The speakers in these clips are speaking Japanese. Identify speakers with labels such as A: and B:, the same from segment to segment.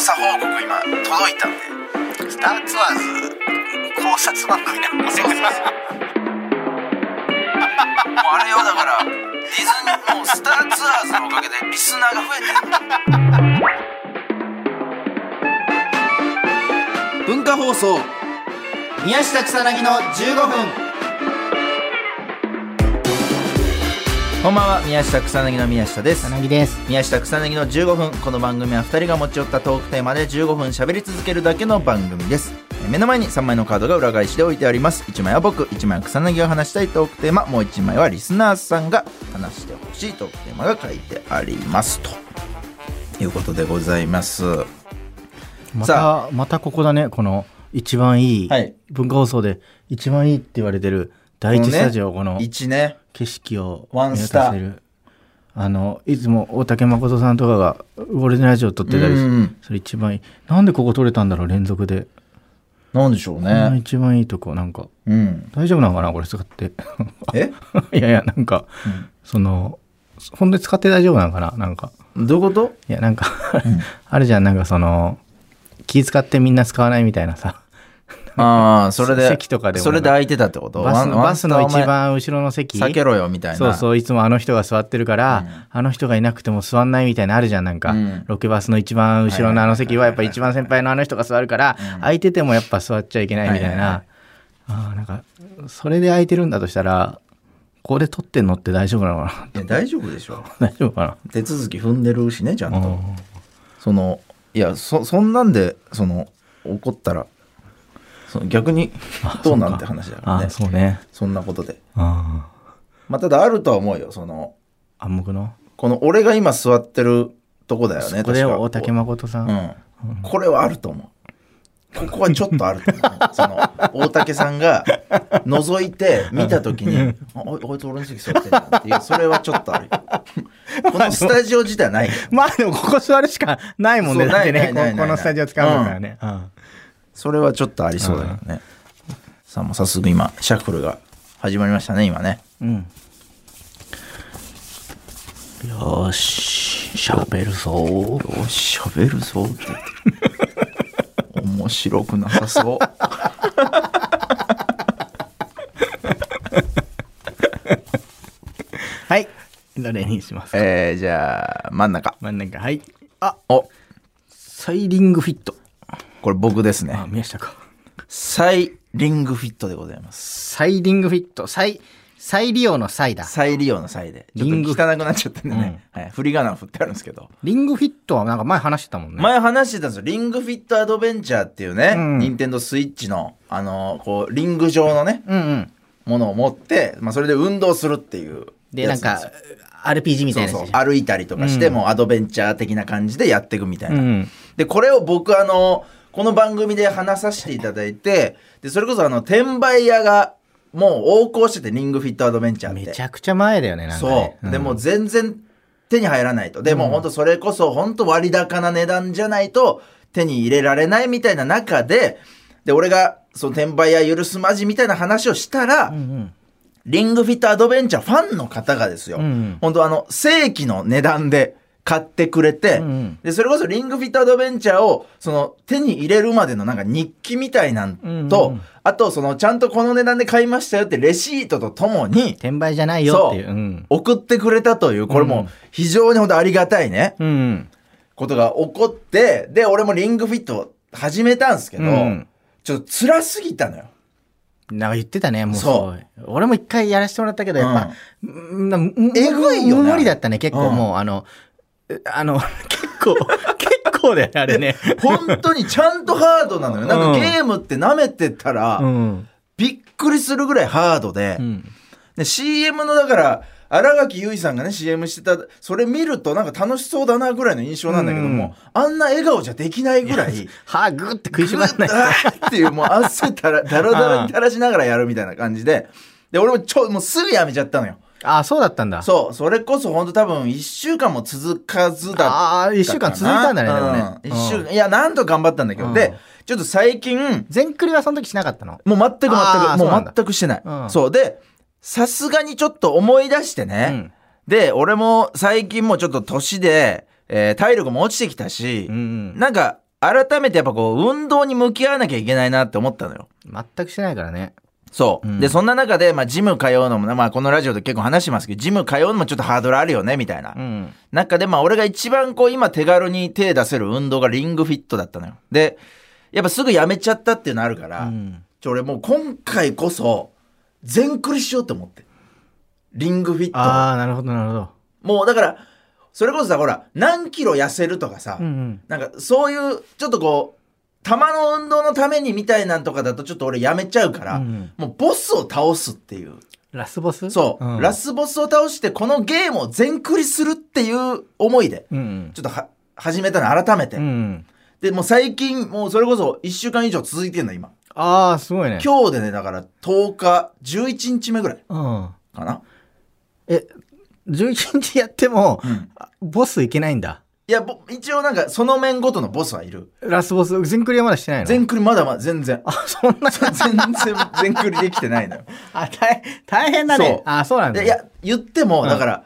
A: 査報告今届いたんでスターツアーズ考察番組なんですよもうあれよだからディズニーもうスターツアーズのおかげでリスナーが増えてる
B: 文化放送宮下草薙の15分
C: こんばんは宮下草薙の宮下です
B: 薙です
C: 宮下草薙の15分この番組は2人が持ち寄ったトークテーマで15分喋り続けるだけの番組ですえー目の前に3枚のカードが裏返しで置いてあります1枚は僕1枚は草薙が話したいトークテーマもう1枚はリスナーさんが話してほしいトークテーマが書いてありますということでございますは
B: ま
C: さ
B: たまたここだねこの一番いい、
C: い
B: 文化放送で一番いいって言われてる第一スタジオこの
C: 1ね
B: 景色を
C: ワンスタ
B: 見渡せるあのいつも大竹誠さんとかがオリジナルラジオ撮ってたりする
C: ん
B: それ一番いいなんでここ撮れたんだろう連続で、
C: なんでしょう
B: こんな
C: ね
B: 一番いいとこなんか
C: うん
B: 大丈夫なのかなこれ使って
C: え
B: いやいやなんか、
C: うん
B: その本当に使って大丈夫なのかななんか
C: どういうこと
B: いやなんか あるじゃんなんかその気使ってみんな使わないみたいなさ
C: ああそれで
B: 席とかでも
C: それで空いてたってこと
B: バスの
C: ワン
B: バスの
C: ワンス
B: 一
C: タお前
B: 番後ろの席
C: 避けろよみたいな
B: そうそういつもあの人が座ってるから、あの人がいなくても座んないみたいなのあるじゃんなんか、
C: うん
B: ロケバスの一番後ろのあの席はやっぱ一番先輩のあの人が座るから、空いててもやっぱ座っちゃいけないみたい
C: は
B: な、
C: いはいはい
B: あーなんかそれで空いてるんだとしたらここで撮ってんのって大丈夫なのか
C: いや大丈夫でしょ
B: な 大丈夫か
C: 手続き踏んでるしねちゃん
B: な、
C: とそのいやそそんなんでその怒ったらその逆に どうなんて話だか
B: あ
C: ら
B: ー
C: ねそ
B: そうね
C: んなことで
B: あー
C: まあただあるとは思うよその
B: 暗黙の
C: この俺が今座ってるとこだよね
B: そこで
C: 確か
B: 大竹誠さん、
C: うん、これはあると思う。ここはちょっとあると思う。その、大竹さんが覗いて見たときに、あ、おいおいつ俺の席座ってんだっていう、それはちょっとあるよ。このスタジオ自体ないよ。
B: まあでもここ座るしかないもんね
C: そう
B: だって
C: ない
B: ね
C: ないない
B: ここ
C: ない
B: のスタジオ使うんだからね、うん
C: それはちょっとありそうだよね。さあ、もう早速今、シャッフルが始まりましたね、今ね。
B: うん。よーし、しゃべるぞ。
C: よし、喋るぞって言ってる。面白くなさ そう。
B: はい。どれにしますか、
C: えー、じゃあ、真ん中。
B: 真ん中、はい。あ
C: お、
B: サイリングフィット。
C: これ僕ですね
B: あ、。宮下か。
C: サイリングフィットでございます。
B: サイリングフィット。サイ、再利用のサイだ。
C: 再利用の際で。ちょ
B: リン
C: っ
B: グ
C: と汚くなっちゃったんでね。はい。振り仮名振ってあるんですけど。
B: リングフィットはなんか前話してたもんね。
C: 前話してたんですよ。リングフィットアドベンチャーっていうね、
B: うん
C: ニンテンドースイッチの、あのーこう、リング状のね、
B: うんうん。
C: ものを持って、まあ、それで運動するっていう
B: で、な
C: や
B: ん
C: つですよ。
B: か、RPG みたいな
C: そうそう
B: やつじゃん。
C: 歩いたりとかして、
B: うん
C: もうアドベンチャー的な感じでやっていくみたいな、
B: うん
C: でこれを僕あのこの番組で話させていただいてでそれこそあの転売屋がもう横行しててリングフィットアドベンチャーって
B: めちゃくちゃ前だよね、なんか、ね
C: そ。
B: ん
C: う。でもう、全然手に入らないと。でもう本当それこそ本当割高な値段じゃないと手に入れられないみたいな中で、で、俺がその転売や許すまじみたいな話をしたら、
B: うんうん。
C: リングフィットアドベンチャーファンの方がですよ、
B: うんうん
C: 本当あの、正規の値段で買ってくれて、
B: うんうん
C: で、それこそリングフィットアドベンチャーを、その手に入れるまでのなんか日記みたいなんと、
B: うんうんうん
C: あとそのちゃんとこの値段で買いましたよってレシートとともに、
B: 転売じゃないよっていう。
C: そう
B: うん。
C: 送ってくれたという、これも非常に本当ありがたいね、
B: うんうん。
C: ことが起こって、で、俺もリングフィット始めたんですけど、
B: うん
C: ちょっと辛すぎたのよ。
B: なんか言ってたね、もう。
C: そ
B: そう。俺も一回やらせてもらったけど、やっぱ、うんなむ
C: えぐいよな
B: 無理だったね、結構
C: うん
B: もう、 あの、えあの、結構、結構だよね、あれね。
C: 本当にちゃんとハードなのよ。なんかゲームって舐めてたら、
B: うん。
C: びっくりするぐらいハードで、
B: うん。
C: で CM のだから、新垣結衣さんがね、CM してた、それ見るとなんか楽しそうだなぐらいの印象なんだけども、あんな笑顔じゃできないぐらい、
B: 歯ぐって食いしばらない。
C: あーっていう、もう汗たら、だらだらに垂らしながらやるみたいな感じで、で、俺もちょ、もうすぐやめちゃったのよ。
B: ああ、そうだったんだ。
C: そう、それこそ本当多分1週間も続かずだっ
B: ああ、一週間続いたんだね、でもね。
C: うん一週
B: うん
C: 間、いや、なんと頑張ったんだけ
B: う
C: ど、
B: ん
C: で、ちょっと最近、
B: 全クリはその時しなかったの。
C: もう全く全く、
B: あーそう
C: も
B: なんだ
C: う全くしてない。
B: うん
C: そう、で、さすがにちょっと思い出してね、
B: うん
C: で、俺も最近もうちょっと年で、えー体力も落ちてきたし、
B: うんうん。
C: なんか、改めてやっぱこう、運動に向き合わなきゃいけないなって思ったのよ。
B: 全くしてないからね。
C: そう。
B: うん
C: で、そんな中で、まあ、ジム通うのもな、まあ、このラジオで結構話してますけど、ジム通うのもちょっとハードルあるよね、みたいな。
B: うん。
C: 中で、まあ、俺が一番こう、今手軽に手出せる運動がリングフィットだったのよ。で、やっぱすぐやめちゃったっていうのあるから、
B: うん
C: ちょ俺もう今回こそ、全クリしようと思って。リングフィットを。
B: ああ、なるほど、なるほど。
C: もうだから、それこそさ、ほら、何キロ痩せるとかさ、
B: うんうん。
C: なんかそういう、ちょっとこう、玉の運動のためにみたいなんとかだとちょっと俺やめちゃうから、
B: うん
C: もうボスを倒すっていう。
B: ラスボス
C: そう、
B: ん
C: ラ。スボスを倒してこのゲームを全クリするっていう思いで、
B: うんうん。
C: ちょっとは始めたの改めて、
B: うん。
C: で、もう最近、もうそれこそ1週間以上続いてんの今。
B: ああ、すごいね。
C: 今日でね、だから10日、11日目ぐらい
B: うん。
C: かな。
B: え、11日やっても、
C: ん
B: あボスいけないんだ。
C: いや、ぼ一応なんかその面ごとのボスはいる。
B: ラスボス、全クリアまだしてないの
C: 全クリまだまだ全 然。
B: あ、 そんな、
C: 全然全クリできてないのよ。
B: あ、大大変だね。
C: そう
B: あ、そうなんだ。
C: でいや、言っても、
B: うん
C: だから、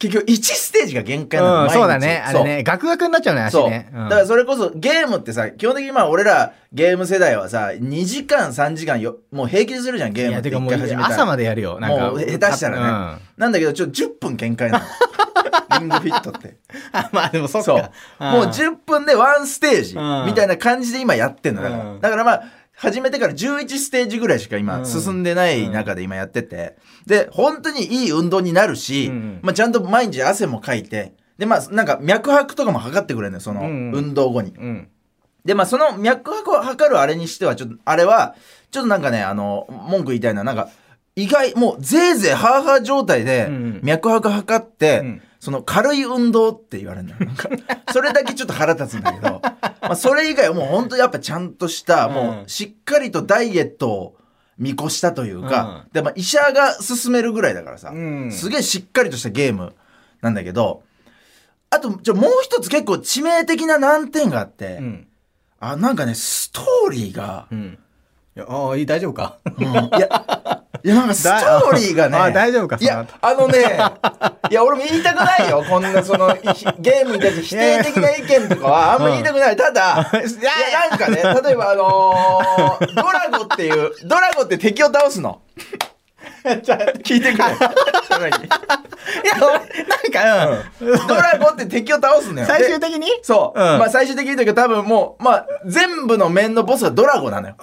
C: 結局1ステージが限界なの、
B: うん、
C: 毎日
B: そうだね。あれね、ガクガクになっちゃうね、
C: そ
B: 足
C: う。
B: ね。
C: そう
B: うん
C: だからそれこそゲームってさ、基本的にまあ俺らゲーム世代はさ、2時間3時間よ、もう平気でするじゃん、ゲー
B: い
C: ム
B: や、
C: って
B: て
C: 一
B: か
C: 回
B: もう
C: 始めたら。
B: 朝までやるよ。なんか。
C: もう下手したらね。なんだけど、ちょ、10分限界なの。 リングフィットって。
B: うんあ、まあでもそっ
C: そう
B: か。。ん
C: もう10分でワンステージ
B: うん
C: みたいな感じで今やってんの。だから,、
B: うん
C: だからまあ、始めてから11ステージぐらいしか
B: う
C: 今
B: ん
C: 進んでない中で今やってて。で、本当にいい運動になるし、
B: うん
C: まあちゃんと毎日汗もかいて、でまあなんか脈拍とかも測ってくれるのよ、その
B: うん
C: 運動後に。
B: うん。
C: でまあその脈拍を測るあれにしては、ちょっと、あれは、ちょっとなんかね、あの、文句言いたいのはなんか、意外、もうぜいぜいハーハー状態で
B: うん
C: 脈拍測って、
B: うん
C: その軽い運動って言われるのよなんかそれだけちょっと腹立つんだけど、まあ、それ以外はもう本当やっぱちゃんとした、
B: うん
C: もうしっかりとダイエットを見越したというか、でまあ、医者が勧めるぐらいだからさ、
B: うん
C: すげえしっかりとしたゲームなんだけど、あと、じゃもう一つ結構致命的な難点があって、
B: うん。
C: あ、なんかね、ストーリーが、
B: うん。いや、ああ、いい、大丈夫か。
C: うんいや、いやなんかストーリーがね。
B: あ大丈夫か
C: い
B: その
C: や
B: 後、
C: あのね、いや、俺も言いたくないよ。こんな、その、いゲームに対して否定的な意見とかは、あんま言いたくない。た だ、いや、なんかね、例えば、あのードラゴっていう、ドラゴって敵を倒す の。聞いてくれ。
B: いや、なんか、うん。
C: ドラゴって敵を倒すのよ。
B: 最終
C: で
B: 的に
C: そう。
B: うん
C: まあ、最終的にというか、多分もう、まあ、全部の面のボスはドラゴなのよ。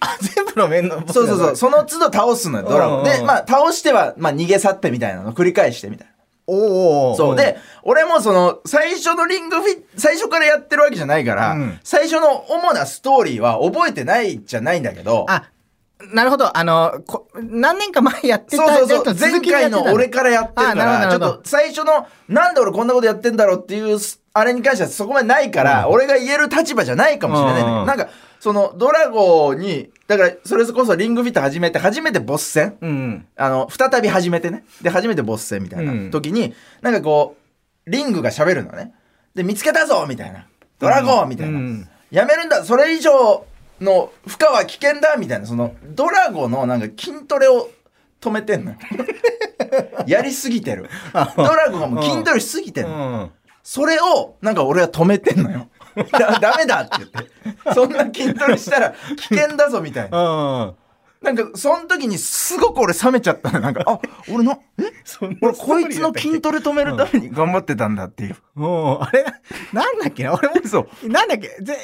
B: あ全部の面の。
C: そうそうそう。。その都度倒すのよ、ドラゴン。
B: うんうんうん
C: で、まあ、倒しては、まあ、逃げ去ってみたいなの、繰り返してみたいな。
B: おお。
C: そう。で、俺もその、最初のリングフィ最初からやってるわけじゃないから、
B: うん
C: 最初の主なストーリーは覚えてないじゃないんだけど、
B: あ、なるほど。あの、こ何年か前やってた
C: そうそう
B: や
C: そう。
B: つの
C: 前
B: 続きで
C: 回
B: やってた
C: の俺からやってるか
B: あな
C: ら、ちょ
B: るほどなるほど
C: っと最初の、なんで俺こんなことやってんだろうっていうす、あれに関してはそこまでないから、俺が言える立場じゃないかもしれないんだけ
B: うんう
C: ど、
B: ん
C: なんか、その、ドラゴに、だから、それこそリングフィット始めて、初めてボス戦
B: うん。
C: あの、再び始めてね。で、初めてボス戦みたいな時に、なんかこう、リングが喋るのね。で、見つけたぞみたいな。ドラゴンみたいな、
B: うん
C: やめるんだそれ以上の負荷は危険だみたいな、その、ドラゴンのなんか筋トレを止めてんのよ。 やりすぎてる。ドラゴンがもう筋トレしすぎてん
B: う
C: の。
B: ん。
C: それを、なんか俺は止めてんのよ。 だダメだって言って。そんな筋トレしたら危険だぞみたいな。
B: うん。
C: なんか、その時にすごく俺冷めちゃったの。なんか、あ、俺の、え
B: そんな
C: 俺
B: ストー
C: こ
B: リー
C: いつの筋トレ止めるために頑張ってたんだっていう。
B: もう、あれ、なんだっけな、俺も、
C: そう。
B: なんだっけ、ぜ、ぜ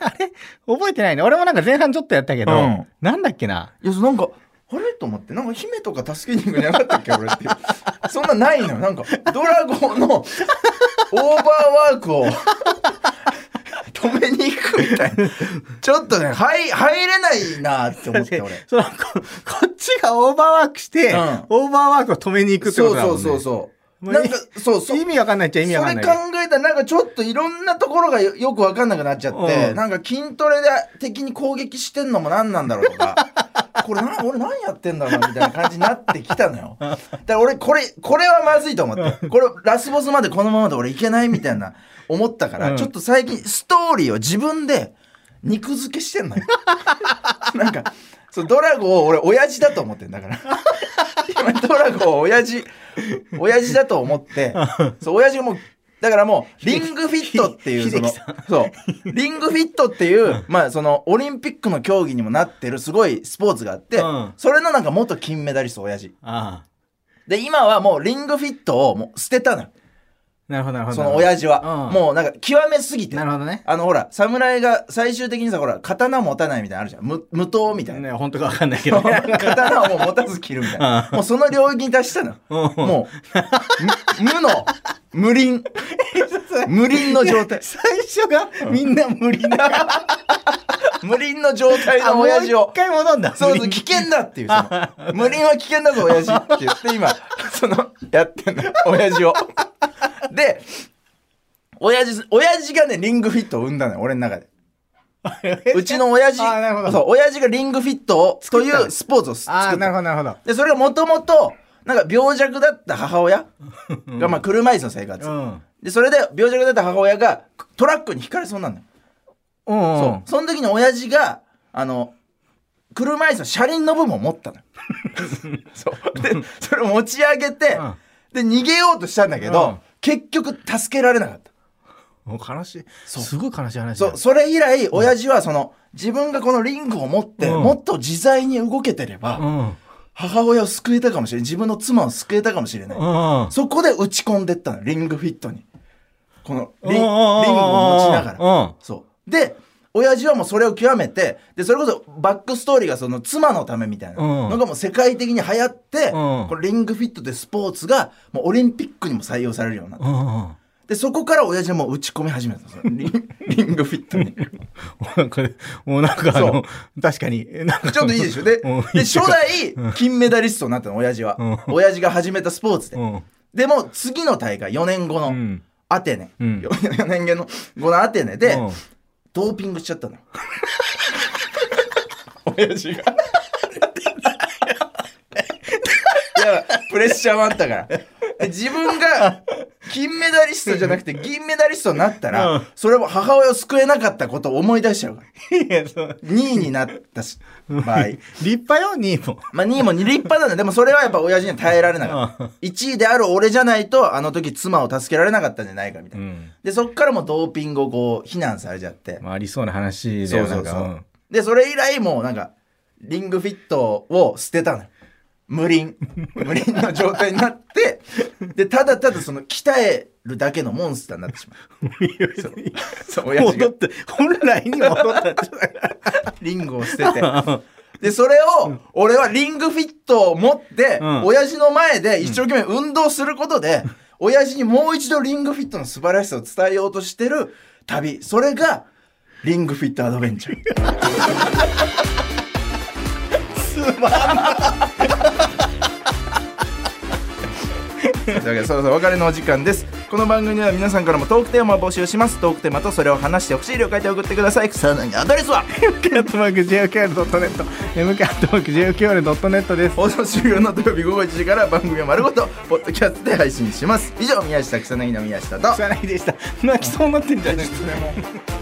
B: あれ、覚えてないね。俺もなんか前半ちょっとやったけど、
C: うん
B: なんだっけな。
C: いや、そうなんか、あれと思って、なんか姫とか助けに行くんじゃなかったっけ俺っていう。そんなないのよ。なんか、ドラゴンのオーバーワークを止めに行くみたいな。ちょっとね、入、入れないなって思って、俺。
B: そのこ、こっちがオーバーワークして、
C: うん
B: オーバーワークを止めに行くってこ
C: そ
B: と
C: う
B: だも
C: そ
B: ん
C: うそ
B: ね。
C: うそう。
B: もう
C: ないんか、そうそう。
B: 意味わかんないっちゃ意味わかんないけど。
C: それ考えたらなんかちょっといろんなところがよよく分かんなくなっちゃって、
B: うん
C: なんか筋トレで敵に攻撃してんのも何なんだろうとか これな俺何やってんだろうなみたいな感じになってきたの よだから俺これこれはまずいと思ってこれラスボスまでこのままで俺いけないみたいな思ったから、
B: うん
C: ちょっと最近ストーリーを自分で肉付けしてんのよ なんかそうドラゴンを俺親父だと思ってんだから 今ドラゴンを親父親父だと思ってそう親父がもうだからもう、リングフィットっていう、
B: ひ
C: その
B: ひでき、
C: そう、リングフィットっていう、まあ、その、オリンピックの競技にもなってるすごいスポーツがあって
D: うん、
C: それのなんか元金メダリスト、親父。
D: ああ。
C: で、今はもうリングフィットをもう捨てたのよ。
D: なるほど、なるほど。
C: その親父
D: う
C: は。
D: ん
C: もうなんか極めすぎて
D: な。るほどね。
C: あのほら、侍が最終的にさ、ほら、刀持たないみたいなのあるじゃん。無無刀みたい
D: ね、
C: な。
D: 本当かわかんないけ ど。
C: 刀をもう持たず切るみたいな。
D: うん
C: もうその領域に達したの。
D: うん
C: もう、む無の、無輪。無輪の 状態。
B: 最初がみんな無理な。
C: 無輪の状態の親父
D: もう
C: を
D: 一。回戻んだ。
C: そうそう、危険だっていう、そ の、無輪は危険だぞ、親父って言って、今、その、やってんの、親父を。で、親父、親父がね、リングフィットを生んだのよ、俺の中で。 うちの親父、
D: あーなるほど
C: そう、親父がリングフィットを、とい
D: 作った
C: うスポーツをす
D: あ
C: 作
D: あ、
C: った
D: なるほ
C: の。
D: ど、なるほど。
C: で、それがもともと、なんか病弱だった母親 が、まあ、車椅子の生活。
D: うん。
C: で、それで病弱だった母親がトラックにひかれそうなのよ。
D: うんうん。
C: そう。その時に親父が、あの、車椅子の車輪の部分を持 ったの。そう。 で、それを持ち上げて、で、逃げようとしたんだけ
D: う
C: ど、
D: ん
C: 結局助けられなかった。
D: もう悲しい。すごい悲しい話だ
C: そ
D: よ。
C: う、それ以来、親父はその、自分がこのリングを持って、
D: うん
C: もっと自在に動けてれば、
D: うん。うん。
C: 母親を救えたかもしれない。自分の妻を救えたかもしれない。
D: うん。
C: そこで打ち込んでったの、リングフィットに。このリン、リン
D: うんうんうんうん
C: グを持ちながら。
D: うん
C: そう。で、親父はもうそれを極めて、で、それこそバックストーリーがその妻のためみたいな
D: うん
C: のがもう世界的に流行って、
D: うん
C: このリングフィットでスポーツがもうオリンピックにも採用されるようになっ
D: う
C: た。
D: んうん。
C: で、そこから親父はもう打ち込み始めたのそのリンリングフィットに。
D: なんか、もうなんかあ
C: そう
D: の、確かに、なんか。
C: ちょっといいでしょで、
D: うん
C: で、初代金メダリストになったの、親父は。
D: う
C: 親父が始めたスポーツで。
D: うん。
C: でも、次の大会、4年後の、
D: うん。
C: アテネ、
D: うん
C: よ4年間の後のアテネで、
D: うん
C: ドーピングしちゃったのよ親父 がいやプレッシャーもあったからで自分が金メダリストじゃなくて銀メダリストになったら、
D: うん
C: それも母親を救えなかったことを思い出しちゃうから
D: いや、そう。
C: 2位になったし場合
D: 立派よ、にも。
C: まあ2位も立派なんだでもそれはやっぱ親父には耐えられなかった
D: うん
C: 1位である俺じゃないとあの時妻を助けられなかったんじゃないかみたいな、
D: ん。
C: でそっからもうドーピングをこう非難されちゃって、
D: まあ、ありそうな話だ
C: そ
D: よ、
C: うそ
D: なん
C: うそ
D: か。
C: う、
D: うん
C: でそれ以来もうなんかリングフィットを捨てたのよ無 輪無輪の状態になってでただただその鍛えるだけのモンスターになってしまうそう親父
D: 戻
C: が
D: って、本来に戻ったんじ
C: リングを捨てて
D: ゃない
C: でそれを俺はリングフィットを持って、
D: うん
C: 親父の前で一生懸命運動することで、親父にもう一度リングフィットの素晴らしさを伝えようとしてる旅それがリングフィットアドベンチャー というわけでそろそろお別れのお時間ですこの番組では皆さんからもトークテーマを募集しますトークテーマとそれを話してほしい了解で送ってくださいさらにアドレスは
D: MK アットマーク JOQR.net MK アットマーク JOQR.net です
C: 放送終了の土曜日午後1時から番組を丸ごとポッドキャストで配信します以上宮下草薙の宮下と
D: 草薙でした泣きそうになってんじゃない
C: 狐も